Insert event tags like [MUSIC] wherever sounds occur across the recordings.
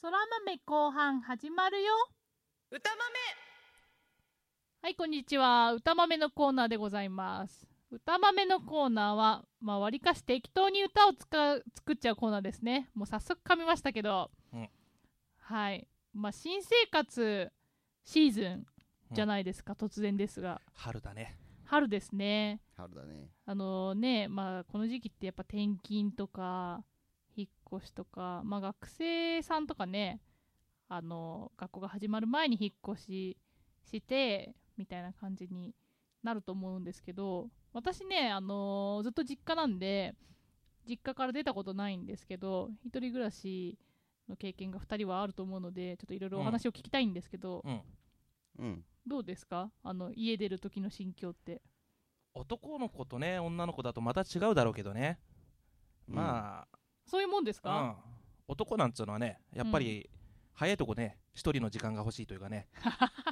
そら豆後半始まるよ歌豆はい、こんにちは。歌豆のコーナーでございます。歌豆のコーナーは、まあ、割りかし適当に歌を使う作っちゃうコーナーですね。もう早速噛みましたけど、うんはい。まあ、新生活シーズンじゃないですか、突然ですが。春だね春ですね。春だね。あのね、まあ、この時期ってやっぱ転勤とか、引っ越しとか、まあ、学生さんとかね、あの、学校が始まる前に引っ越しして、みたいな感じになると思うんですけど、私ね、あの、ずっと実家なんで、実家から出たことないんですけど、一人暮らしの経験が2人はあると思うので、ちょっといろいろお話を聞きたいんですけど、うんうん。どうですかあの、家出る時の心境って。男の子とね女の子だとまた違うだろうけどねまそういうもんですあ、うんか、男なんつうのはねやっぱり、早いとこね一人の時間が欲しいという [LAUGHS] かね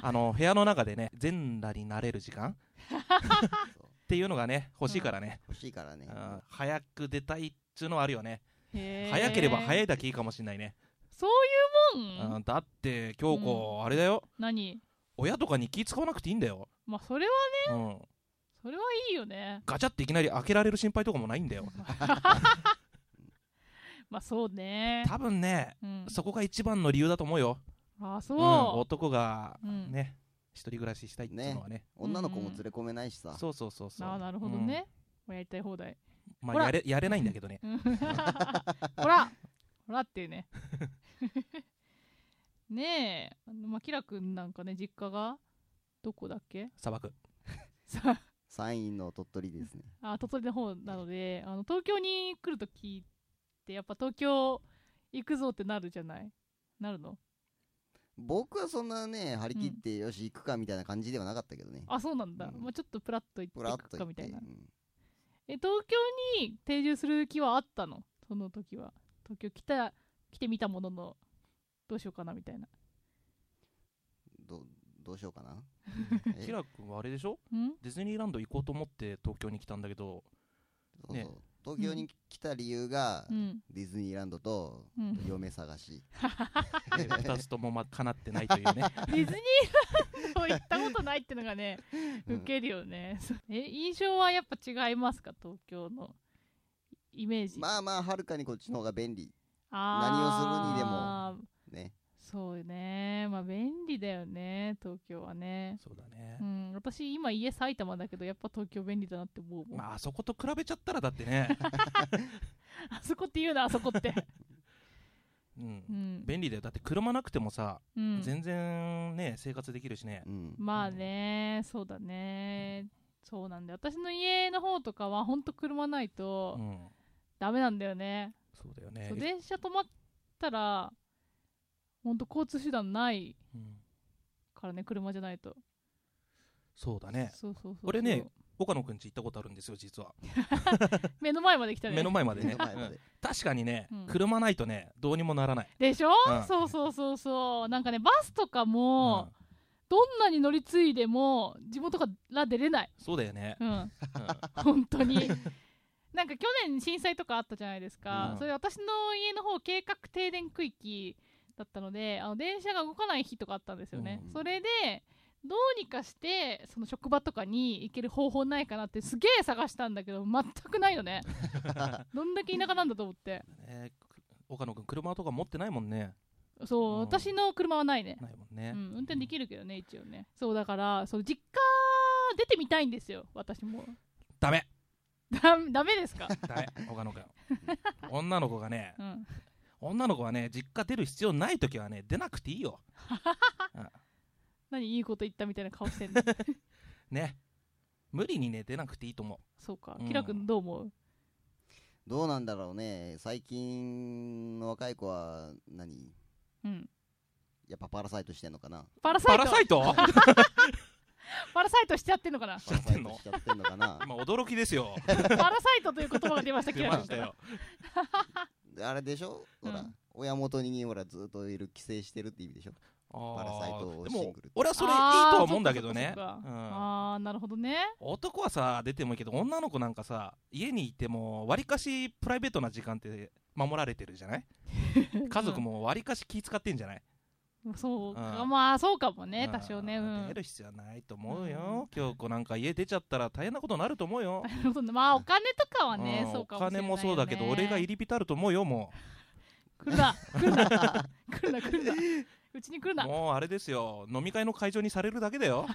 あの部屋の中でね全裸になれる時間っあ、そうていうのがね欲しいからね、欲しいからねう。ん早く出たいっつうのはあるよね、へー早ければ早いだけいいかもしんないね、そういうもん、うんだって京子、あれだよ何親とかに気使わなくていいんだよ、まあそれはうん、それはいいよねガチャっていきなり開けられる心配とかもない [LAUGHS] んだよまあそうね多分ねうん、そこが一番の理由だと思うよあそう、うん、男がうんね、一人暮らししたいっていうのはね女の子も連れ込めないしさ。そうそうそうそうあなるほどね、まあやりたい放題うんほまあらやれやれないんだけどねうんほらほらっていうね [LAUGHS] ねえあのまあキラくんなんかね実家がどこだっけ [LAUGHS] 砂漠さサインの鳥取ですね。 [LAUGHS] あ鳥取の方なのであの東京に来るときってやっぱ東京行くぞってなるじゃないなるの僕はそんなね、張り切って、よし、行くかみたいな感じではなかったけどね。あそうなんだ、うんまあ、ちょっとプラッと行ぷらっってくとか行っみて。たいなうんえ東京に定住する気はあったのその時は東京来た来てみたもののどうしようかなみたいなどどうしようかな。えキラ君はあれでしょんディズニーランド行こうと思って東京に来たんだけどそうねそう。東京に来た理由がう、んディズニーランドとうんデ嫁探 [LAUGHS] し。えー二つともまかなってないというねィズニーランド行ったことないってのがねうんウケるよね、 [LAUGHS] そうえ印象はやっぱ違いますか東京のイメージまあまあ、はるかにこっちの方が便利。あー何をね。そうねまあ便利だよね東京はねそうだねう、ん私今家埼玉だけどやっぱ東京便利だなって思うもんまああそこと比べちゃったらだってね、 [LAUGHS] あそこって言うなあそこ [LAUGHS] って、うんうん便利だよだって車なくてもさ、うん、全然ね生活できるしねうん。まあね、そうだね。そうなんだよ。私の家の方とかは、ほんと車ないうと、んダメなんだよね。そうだよねそう電車止まったら、ほんと交通手段ないうんからね、車じゃないと。そうだねそうそうそうそう。俺ね、岡野くんち行ったことあるんですよ実は目の前まで来たね。目の前まで目ねの前まうんで。確かにね、うん車ないとねどうにもならない、でしょ、うんそうそうそうそう。なんかね、バスとかうもん、どんなに乗り継いでも、地元から出れない。そうだよね、うん。う本当になんか去年震災とかあったじゃないですか、うんそれ私の家の方計画停電区域だったのであの電車が動かない日とかあったんですよね、うんそれでどうにかしてその職場とかに行ける方法ないかなってすげえ探したんだけど全くないよねどんだけ田舎なんだと思ってんねく岡野くん車とか持ってないもんねそう、うん私の車はないね、ないもんねう、ん、運転できるけどね一応ねそうだからその実家出てみたいんですよ私もダメだダメですか、ダメ岡野くん女の子がねうん、女の子はね実家出る必要ない時はね出なくていいよ何いいこと言ったみたいな顔してんのね無理にね出なくていいと思そうかう、んキラ君どう思うどうなんだろうね。最近の若い子は何うん。やっぱパラサイトしてんのかなパラうサパイトラサイトパラサイトしちゃってんのかなパラサイトしちゃってんの [LAUGHS] かな今驚きです [LAUGHS] よパラサイトという言葉が出ました、キ出 [LAUGHS] ラまし君かたら。よあれでしょほら、うん [LAUGHS] 親元にほらずっといる帰省してるって意味でしょあーパラサイトでシンもグル俺はそれいいとは思うんだけどねあーそっかそっかそっかうんあーなるほどね男はさ出てもいいけど女の子なんかさ家にいてもわりかしプライベートな時間って守られてるじゃない家族もわりかし気使ってんじゃないそうか、うんまあそうかもねうん多少ねうん出る必要はないと思うよ京子なんか家出ちゃったら大変なことになると思うよなるほどまあお金とかはね、んそうかもしれない、ね、お金もそうだけど俺が入り浸ると思うよも [LAUGHS] 来るな来る [LAUGHS] な来るな来るなうちに来るうなもうあれですよ飲み会の会場にされるだけ [LAUGHS] だよ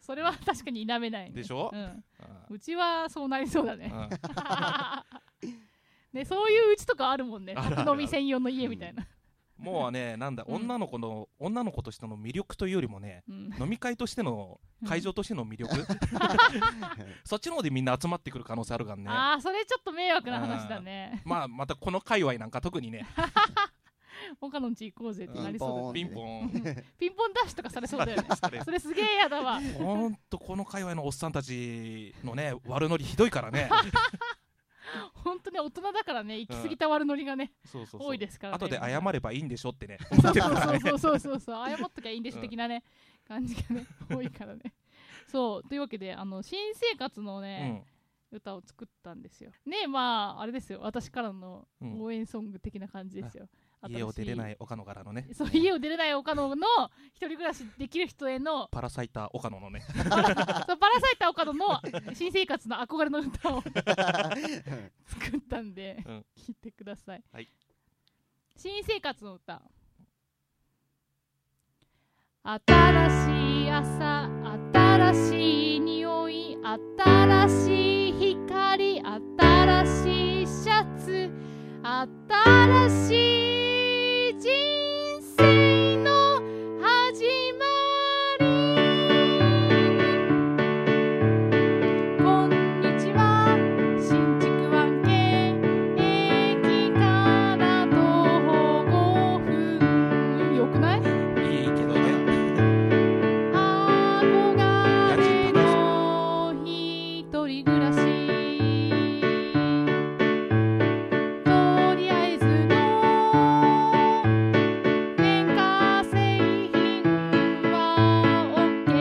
それは確かに否めないね、でしょうん、ううちはそうなりそうだねんうん [LAUGHS] ねそういううちとかあるもんねあるあるある宅飲み専用の家みたいな、もうねなんだうん女の子の女の子としての魅力というよりもねうん、飲み会としての会場としての魅力 [LAUGHS] そっちの方でみんな集まってくる可能性あるからねああそれちょっと迷惑な話だねまあまたこの界隈なんか特にね他のうち行こうぜってなりうそんうピンポン [LAUGHS] だねピンポンダッシュとかされそうだ [LAUGHS] よねそれすげえやだわほんとこの界隈のおっさんたちのね悪ノリひどいからね本当ね大人だからね行き過ぎた悪ノリがね、そうそうそう多いですからね後で謝ればいいんでしょってね [LAUGHS] 思そっうてるからねそうそうそうそうそう謝っときゃいいんでしょうん的なね、感じがね多いからねそうというわけであの新生活のうね、ん歌を作ったんですよねまああれですよ私からのうん応援ソング的な感じですよ、家を出れないい岡野からのねそう家を出れない岡野の一人暮らしできる人へのパラサイター岡野のねそうパラサイト岡野の新生活の憧れの歌を作ったんで、うん聞いてください、はい新生活の歌新しい朝新しい匂い新しい光新しいシャツ新しい人生の始まりこんにちは新築案件駅から徒歩5分よくないいいけどね憧れの一人暮らしとりあえずの電化製品は OK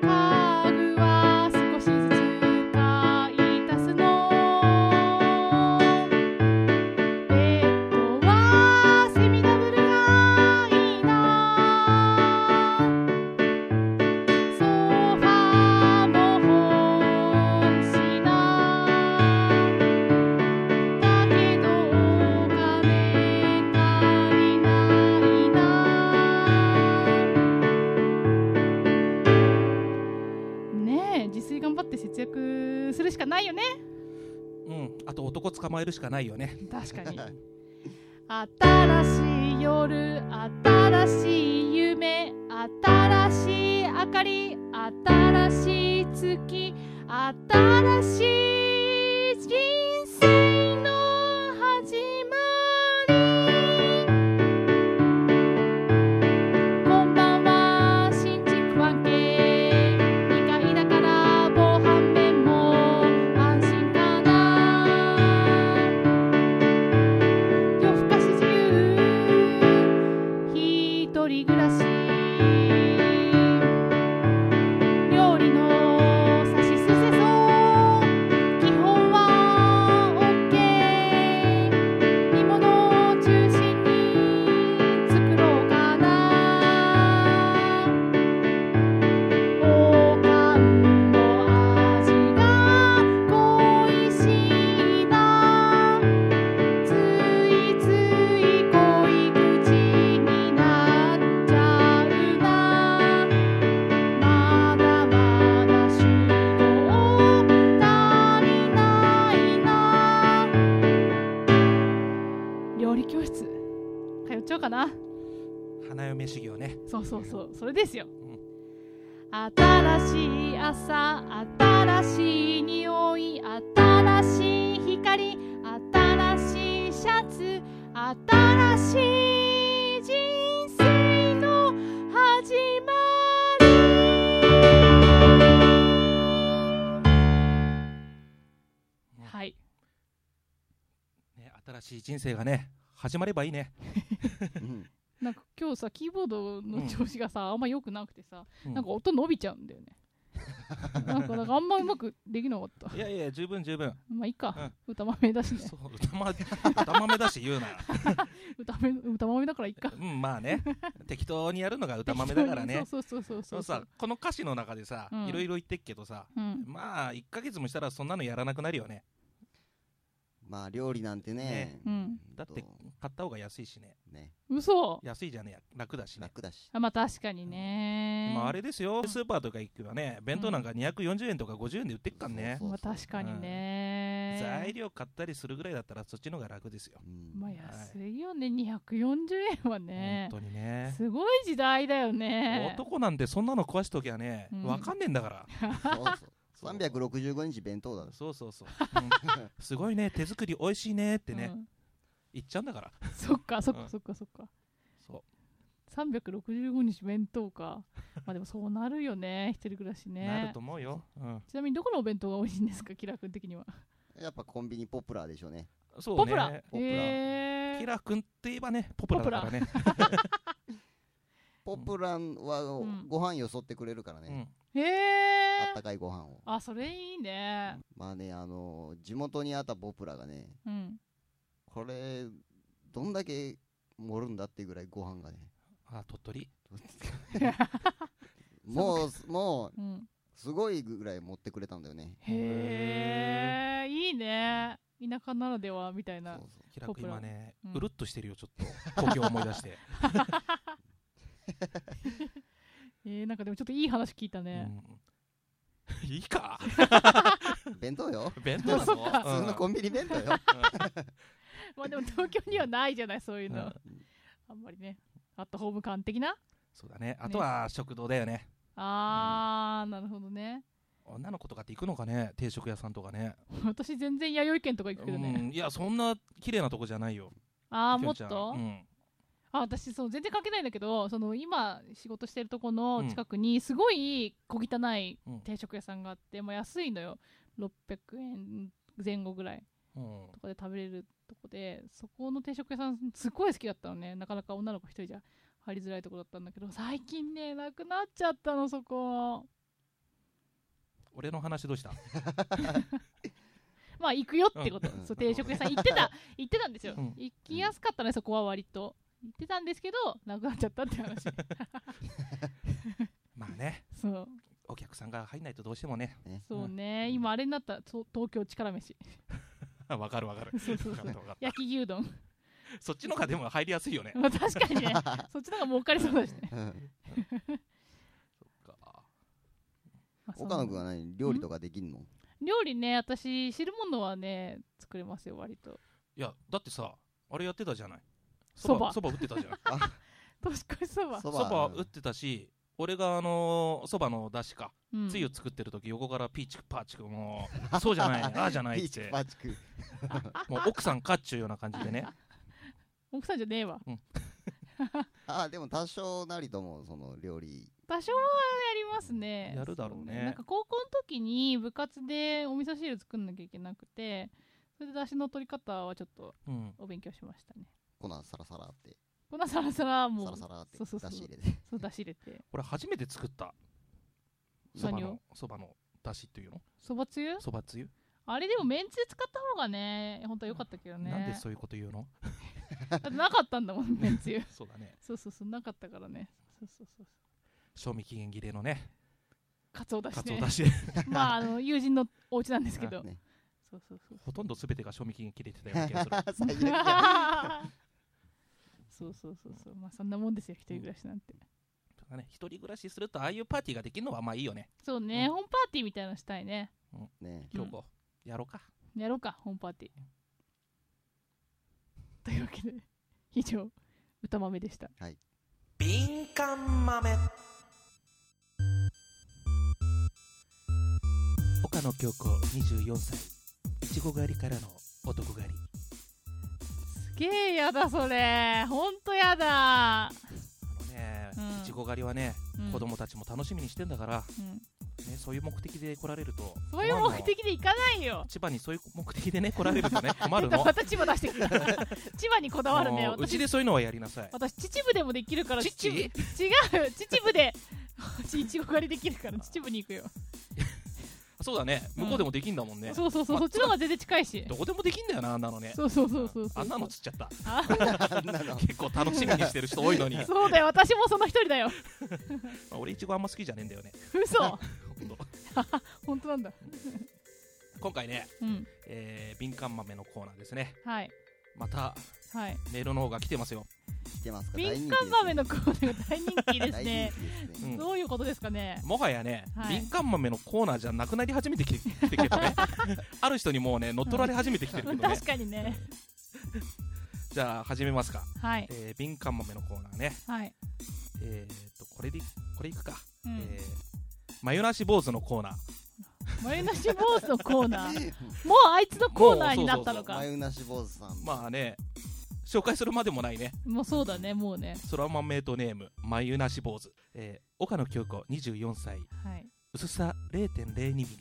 家具は少しずつ買い足すの「ベッドはセミダブルがいいな」「ソファーも欲しいな」「だけどお金足りないな」ねえ自炊頑張って節約するしかないよねうんあと男捕まえるしかないよね確かに新しい夜新しい夢新しい明かり新しい月新しい人生の始まりこんばんは新宿案件2階だから防犯面も安心かな夜更かし自由一人暮らし料理の差しすせそう基本は OK 煮物を中心に作ろうかなおかんの味が恋しいなついつい恋口になっちゃうなまだまだ主語足りないな料理教室通っちゃおうかな花嫁修行ねそうそうそうそれですよ、ん新しい朝新しい匂い新しい光新しいシャツ新しい人生の始まりはいね新しい人生がね始まればいいね、うんなんか今日さキーボードの調子がさ、あんま良くなくてさ、うんなんか音伸びちゃうんだよ [LAUGHS] ねなんかなんかあんまうまくできなかったいやいや十分十分 [LAUGHS] まあいいか、歌豆だしねそう歌ま歌豆だし言うな歌豆歌豆だからいいかうんまあね適当にやるのが歌豆だから [LAUGHS] ねそうそうそうそそううさこの歌詞の中でさうんいろいろ言ってっけどさうん、まあ1ヶ月もしたらそんなのやらなくなるよねまあ料理なんてねねうん、だってほん買った方が安いしねとね嘘安いじゃねえや楽だしね楽だしあまあ確かにね、まああれですよスーパーとか行くばね弁当なんか240円とか50円で売ってっかんねそうまあ確かにね、材料買ったりするぐらいだったらそっちの方が楽ですようんまあ安いよね、240円は本ね当にねすごい時代だよね男なんてそんなの壊しときゃねうんわかんねえんだからそうそう [LAUGHS] そう365日弁当だそうそうそう、うんすごいね手作り美味しいねってね、うん言っちゃうんだからそっかそっうんかそっかそっかそ365日弁当かまあでもそうなるよね一人暮らしう、ねなると思うよ、うん、ちなみにどこのお弁当が美味しいんですか [LAUGHS] キラ君的には、 [LAUGHS] やっぱコンビニポプラーでしょうねそうねポプラポプラえキラ君って言えばねポプラだからねポプラーはんご飯よそってくれるからね、ー、あっえー、たかいご飯をあそれいいねまあねあの地元にあったポプラがねうんこれどんだけ盛るんだっていうぐらいご飯が [LAUGHS] ねうん、あ鳥取もうもううんすごいぐらい持ってくれたんだよねへえいいね田舎ならではみたいそうなそうキラ君今ねポプラうんうるっとしてるよちょっと故郷を思い出して、えー、なんかでもちょっといい話聞いたね、 [LAUGHS] うんいい [LAUGHS] か弁当よ弁当なのそっか普通のコンビニ弁 [LAUGHS] 当よまあでも東京にはないじゃないそういううんうの、んあんまりねアットホーム感的なそうだねあとは食堂だよねあー、なるほどね女の子とかって行くのかね定食屋さんとかね私全然弥生県とか行くけどね、うんいやそんな綺麗なとこじゃないよあーきもょんっちゃんと、うんあ私そう全然関係ないんだけどその今仕事してるとこの近くにすごい小汚いうん定食屋さんがあって、もう安いのよ600円前後ぐらいうんとかで食べれるとこでそこの定食屋さんすごい好きだったのねなかなか女の子一人じゃ入りづらいとこだったんだけど最近ねなくなっちゃったのそこ俺の話どうしたまあ行くよってこと、うんそう定食屋さん行ってた行ってたんですよ、うん行きやすかったねそこは割と行ってたんですけどなくなっちゃったって話まあねそうお客さんが入んないとどうしてもね [LAUGHS] そうね、今あれになったそう東京力飯 [LAUGHS] わかるわかるそうそうわそかうったわかった焼き牛丼 [LAUGHS] そっちの方がでも入りやすいよねまあ確かにね [LAUGHS] そっちの方が儲かりそうだしね、うんまあそんな岡野君は何料理とかできんの料理ね私汁物はね作れますよ割といやだってさあれやってたじゃないそばそば打ってたじゃない年越しそばそそばば打ってたし俺があのーそばの出汁かうんつゆ作ってる時横からピーチクパーチクもうそうじゃないああじゃないピっーチてパチクもう奥さんかっちゅうような感じでね奥さんじゃねえわあでも多少なりともその料理多少はやりますねやるだろうねそなんか高校の時に部活でお味噌汁作んなきゃいけなくてそれで出汁の取り方はちょっとうんお勉強しましたね粉サラサラって粉サラサラもサうラサラってそうそうそ出うし入れてそう出汁入れて俺初めて作ったそば何をのそばの出汁っていうのそばつゆそばつゆあれでもめんつゆ使った方がね本当は良かったけどねなんでそういうこと言うのだってなかったんだもんめんつゆ [LAUGHS] そうだねそうそうそうなかったからねそうそうそう賞味期限切れのねかつおだかしつおね出汁まああの友人のお家なんですけど、ねそうそう [LAUGHS] そう [LAUGHS] ほとんど全てが賞味期限切れてたような気がする最悪じゃんそうそうそうそうまあそんなもんですよ一人暮らしなんて、そうだね一人暮らしするとああいうパーティーができるのはまあいいよねそうね、うんホームパーティーみたいなのしたいね [LAUGHS] ねうん京子やろうかやろうかホームパーティーというわけで以上歌豆でした敏感豆岡野京子24歳いちご狩りからの男狩りすげえやだそれほんとやだ、あのね、うんいちご狩りはね、うん子供たちも楽しみにしてんだからうん、ね、そういう目的で来られるとそういう目的で行かないよ千葉にそういう目的でね来られる [LAUGHS] とね困るなんのかまた千葉出してくる千葉にこだわるねもううち私でそういうのはやりなさい私秩父でもできるから父秩父違う秩父で私いちご狩りできるから秩父に行くよ、そうだね向こうでもできんだもんね、そうそうそうそっちの方が全然近いしどこでもできんだよなあんなのねそうそうそうそうそうあんなのつっちゃったああんな [LAUGHS] の結構楽しみにしてる人多いのに [LAUGHS] まそうだよ私もその一人だよあ俺いちごあんま好きじゃねえんだよね [LAUGHS] 嘘ほんと本当なんだ今回ね、うんえー、敏感豆のコーナーですねはいまたはいメールの方が来てますよ来てますか大人敏気感豆のコーナーが大人気でですすねね大人気ですねうんどういうことですかねもはやね、はい敏感豆のコーナーじゃなくなり始めてきて [LAUGHS] きてるけどねある人にもうね乗っ取られ始めてきてるけどね確かにねじゃあ始めますか、はいえー、敏感豆のコーナーねはいえー、とこれでいこれいくか、うんえー、マヨなし坊主のコーナーマヨなし坊主のコーナーもうあいつのコーナーになったの [LAUGHS] か眉なし坊主さんまあね紹介するまでもないねもうそうだねもうねそらまめとネーム眉なし坊主、えー、岡野京子24歳はい薄さ0.02ミリ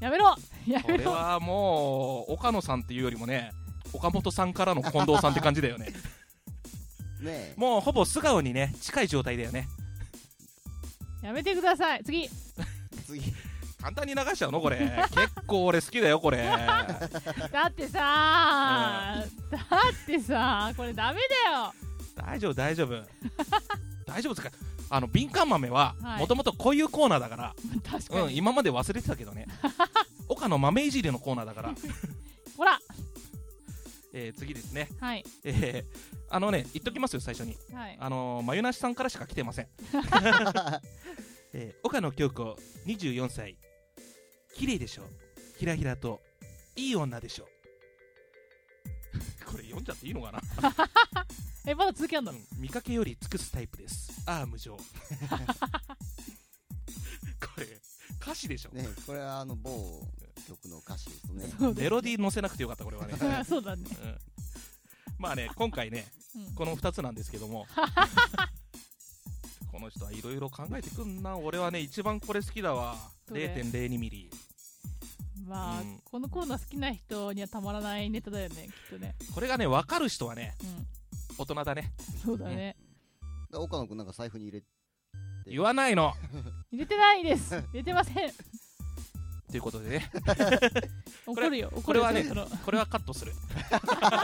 やめろやこめれろはもう岡野さんっていうよりもね岡本さんからの近藤さんって感じだよねね [LAUGHS] えもうほぼ素顔にね近い状態だよねやめてください [LAUGHS] 次次簡単に流しちゃうのこれ結構俺好きだよこれだってさーだってさーこれダメだよ大丈夫大丈夫大丈夫ですかあの敏感豆ははいもともとこういうコーナーだから、確かうんに、今まで忘れてたけどね岡野豆いじりのコーナーだから、ほらえー次ですねはいえーあのね言っときますよ最初にはいあのー、まゆなしさんからしか来てません、えー岡野京子24歳綺麗でしょひらひらといい女でしょこれ読んじゃっていいのかな、えまだ続きあんだうん見かけより尽くすタイプですああ無情これ歌詞でしょ、ねこれはあの某曲の歌詞ですねそうだメロディー載せなくてよかったこれはね、うんあ [LAUGHS] そうだね、まあね今回ねうんこの2つなんですけどもこの人はいろいろ考えてくんな俺はね一番これ好きだわどれ0 0 2ミリまあ、うんこのコーナー好きな人にはたまらないネタだよねきっとねこれがね分かる人はねうん大人だねそうだね、だ岡野くんなんか財布に入れて言わないの入れてないです入れてませんということでね怒るよ怒こるれよはねそろそろこれはカットする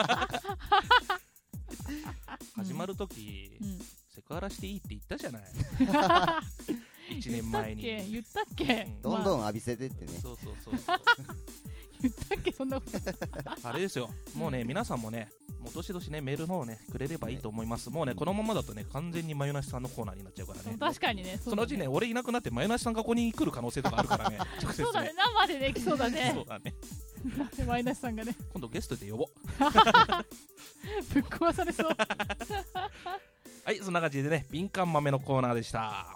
うん始まる時、うんセクハラしていいって言ったじゃない1言年ったっ前にけ言ったっけうんどんまどあん浴びせてってねそうそうそうそう言ったっけそんなことあれですよもうね皆さんもねもうどしどしねメールの方をねくれればいいと思いますもうねこのままだとね完全にマヨナシさんのコーナーになっちゃうからね確かにねそそのうちね俺いなくなってマヨナシさんがここに来る可能性とかあるからね直接 [LAUGHS] そうだね生でできそうだそねうだねマイナスさんがね今度ゲストで呼ぼうぶっ壊されそうはいそんな感じでね敏感豆のコーナーでした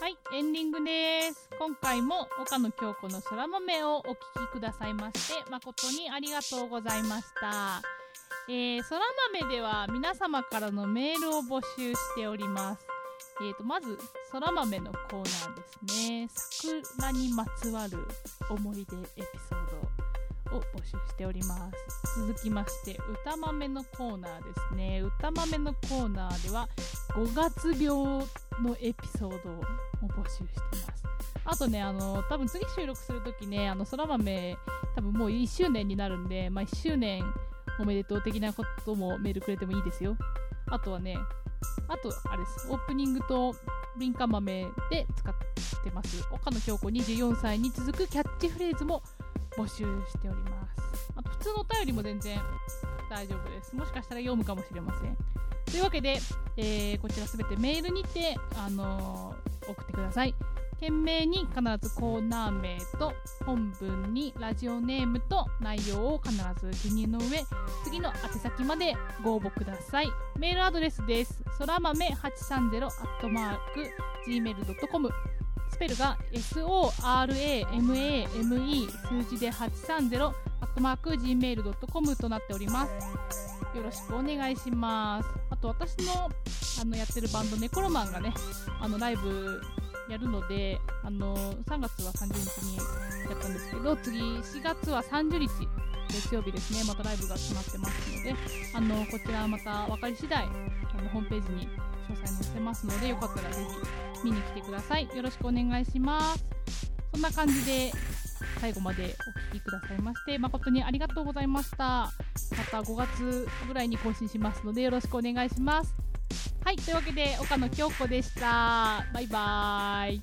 はいエンディングです今回も岡野京子の空豆をお聞きくださいまして誠にありがとうございましたえー、そら豆では皆様からのメールを募集しております。えー、とまず、そら豆のコーナーですね。桜にまつわる思い出エピソードを募集しております。続きまして、歌豆のコーナーですね。歌豆のコーナーでは、5月病のエピソードを募集してます。あとね、あの、多分次収録するときね、あの、そら豆、多分もう1周年になるんで、まあ1周年おめでとう的なこともメールくれてもいいですよ。あとはね、あと、あれです。オープニングと敏感豆で使ってます。岡野京子24歳に続くキャッチフレーズも募集しております。あと、普通のお便りも全然大丈夫です。もしかしたら読むかもしれません。というわけで、えーこちらすべてメールにて、あのー送ってください。件名に必ずコーナー名と本文にラジオネームと内容を必ず記入の上次の宛先までご応募くださいメールアドレスですそら豆830 gmail.com スペルが soramame 数字で830 gmail.com となっておりますよろしくお願いしますあと私のあのやってるバンドネコロマンがねあのライブやるのであの3月は30日にやったんですけど次4月は30日月曜日ですねまたライブが決まってますのであのこちらまた分かり次第あのホームページに詳細載せてますのでよかったらぜひ見に来てくださいよろしくお願いしますそんな感じで最後までお聞きくださいまして誠にありがとうございましたまた5月ぐらいに更新しますのでよろしくお願いしますはいというわけで岡野京子でしたバイバーイ